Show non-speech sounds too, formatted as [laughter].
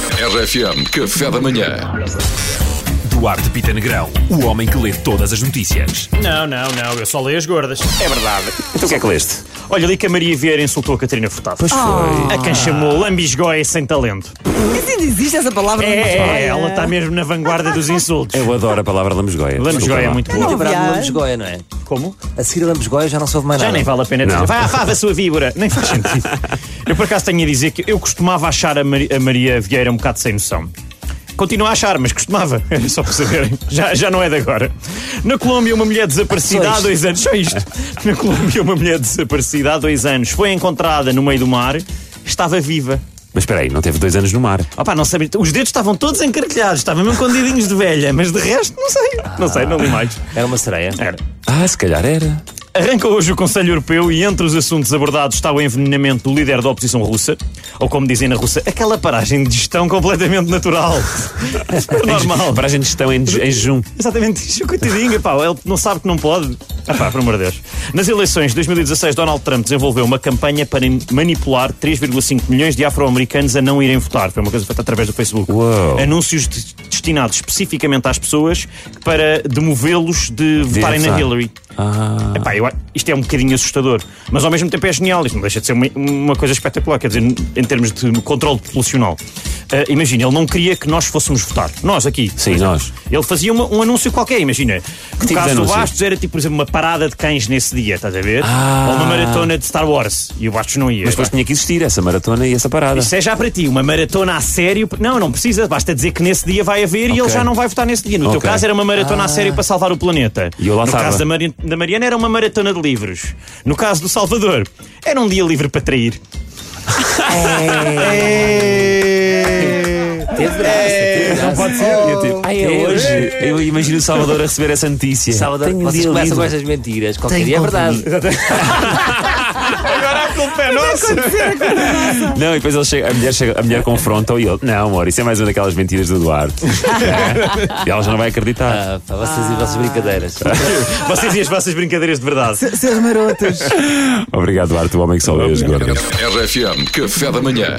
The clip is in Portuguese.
RFM Café da Manhã. Duarte Pita Negrão, o homem que lê todas as notícias. Não, não, não, eu só leio as gordas. É verdade. Então o que é que leste? Olha, li que a Maria Vieira insultou a Catarina Furtado. Pois foi. A quem chamou lambisgoia sem talento. Mas ainda existe essa palavra É, no nosso é, país. ela está mesmo na vanguarda dos insultos. Eu adoro a palavra lambesgoia. Lambisgoia é muito boa. Aliás, Lembrado de Lambesgoia, não é? Como? A seguir a Lambesgoia já não soube mais Já nada. nem vale a pena dizer. Não. Vá, vá, da sua [laughs] víbora. Nem faz sentido. Eu por acaso tenho a dizer que eu costumava achar a, Mari- a Maria Vieira um bocado sem noção. Continuo a achar, mas costumava. [laughs] Era Só para saberem. Já, já não é de agora. Na Colômbia, uma mulher desaparecida Só há isto. dois anos. Só isto. Na Colômbia, uma mulher desaparecida há dois anos foi encontrada no meio do mar. Estava viva. Mas espera aí, não teve dois anos no mar. Opa, não sei. Os dedos estavam todos encarquilhados. Estavam mesmo com dedinhos de velha. Mas de resto, não sei. Não sei, não li mais. Era uma sereia. Era. Ah, se calhar era. Arranca hoje o Conselho Europeu e entre os assuntos abordados está o envenenamento do líder da oposição russa, ou como dizem na Rússia, aquela paragem de gestão completamente natural. Super normal. Para a gente estão em, em junho. Exatamente, isso, coitadinho, pá, ele não sabe que não pode. Ah, pá, por amor de Deus. Nas eleições de 2016, Donald Trump desenvolveu uma campanha para manipular 3,5 milhões de afro-americanos a não irem votar. Foi uma coisa feita através do Facebook. Uau. Anúncios de- destinados especificamente às pessoas para demovê-los de votarem na votar. Hillary. Ah. Epá, eu a- isto é um bocadinho assustador, mas ao mesmo tempo é genial. Isto não deixa de ser uma, uma coisa espetacular, quer dizer, n- em termos de controle populacional. Ah, imagina, ele não queria que nós fôssemos votar. Nós aqui. por Sim, exemplo. nós. Ele fazia uma- um anúncio qualquer, imagina. no tipo de caso do anúncio? Bastos era tipo, por exemplo, uma parada de cães nesse dia, estás a ver? Ah. Ou uma maratona de Star Wars. E o Bastos não ia. Mas depois tinha que existir essa maratona e essa parada. Isso é já para ti, uma maratona a sério. Não, não precisa, basta dizer que nesse dia vai haver e Ok. ele já não vai votar nesse dia. No teu Ok. caso era uma maratona a sério para salvar o planeta. E eu lá no estava. caso da, Mari- da Mariana era uma maratona de livros. No caso do Salvador, era um dia livre para trair. É. É. É. Teve graça. É. teve graça. Eu, tipo, Ai, é hoje. Eu imagino o Salvador a receber essa notícia. Salvador, Tenho um vocês dia começam com livre. estas mentiras. Qualquer dia é verdade. Agora a culpa é nossa. Não, e depois ele chega, a mulher, chega- a mulher confronta-o e ele. Não, amor, isso é mais uma daquelas mentiras do Duarte. É. e ela já não vai acreditar. Ah, pá, vocês e vossas brincadeiras. [laughs] Vocês e as vossas brincadeiras de verdade. Seus marotos. Obrigado, Duarte, o homem que só lê as gordas. RFM Café da Manhã.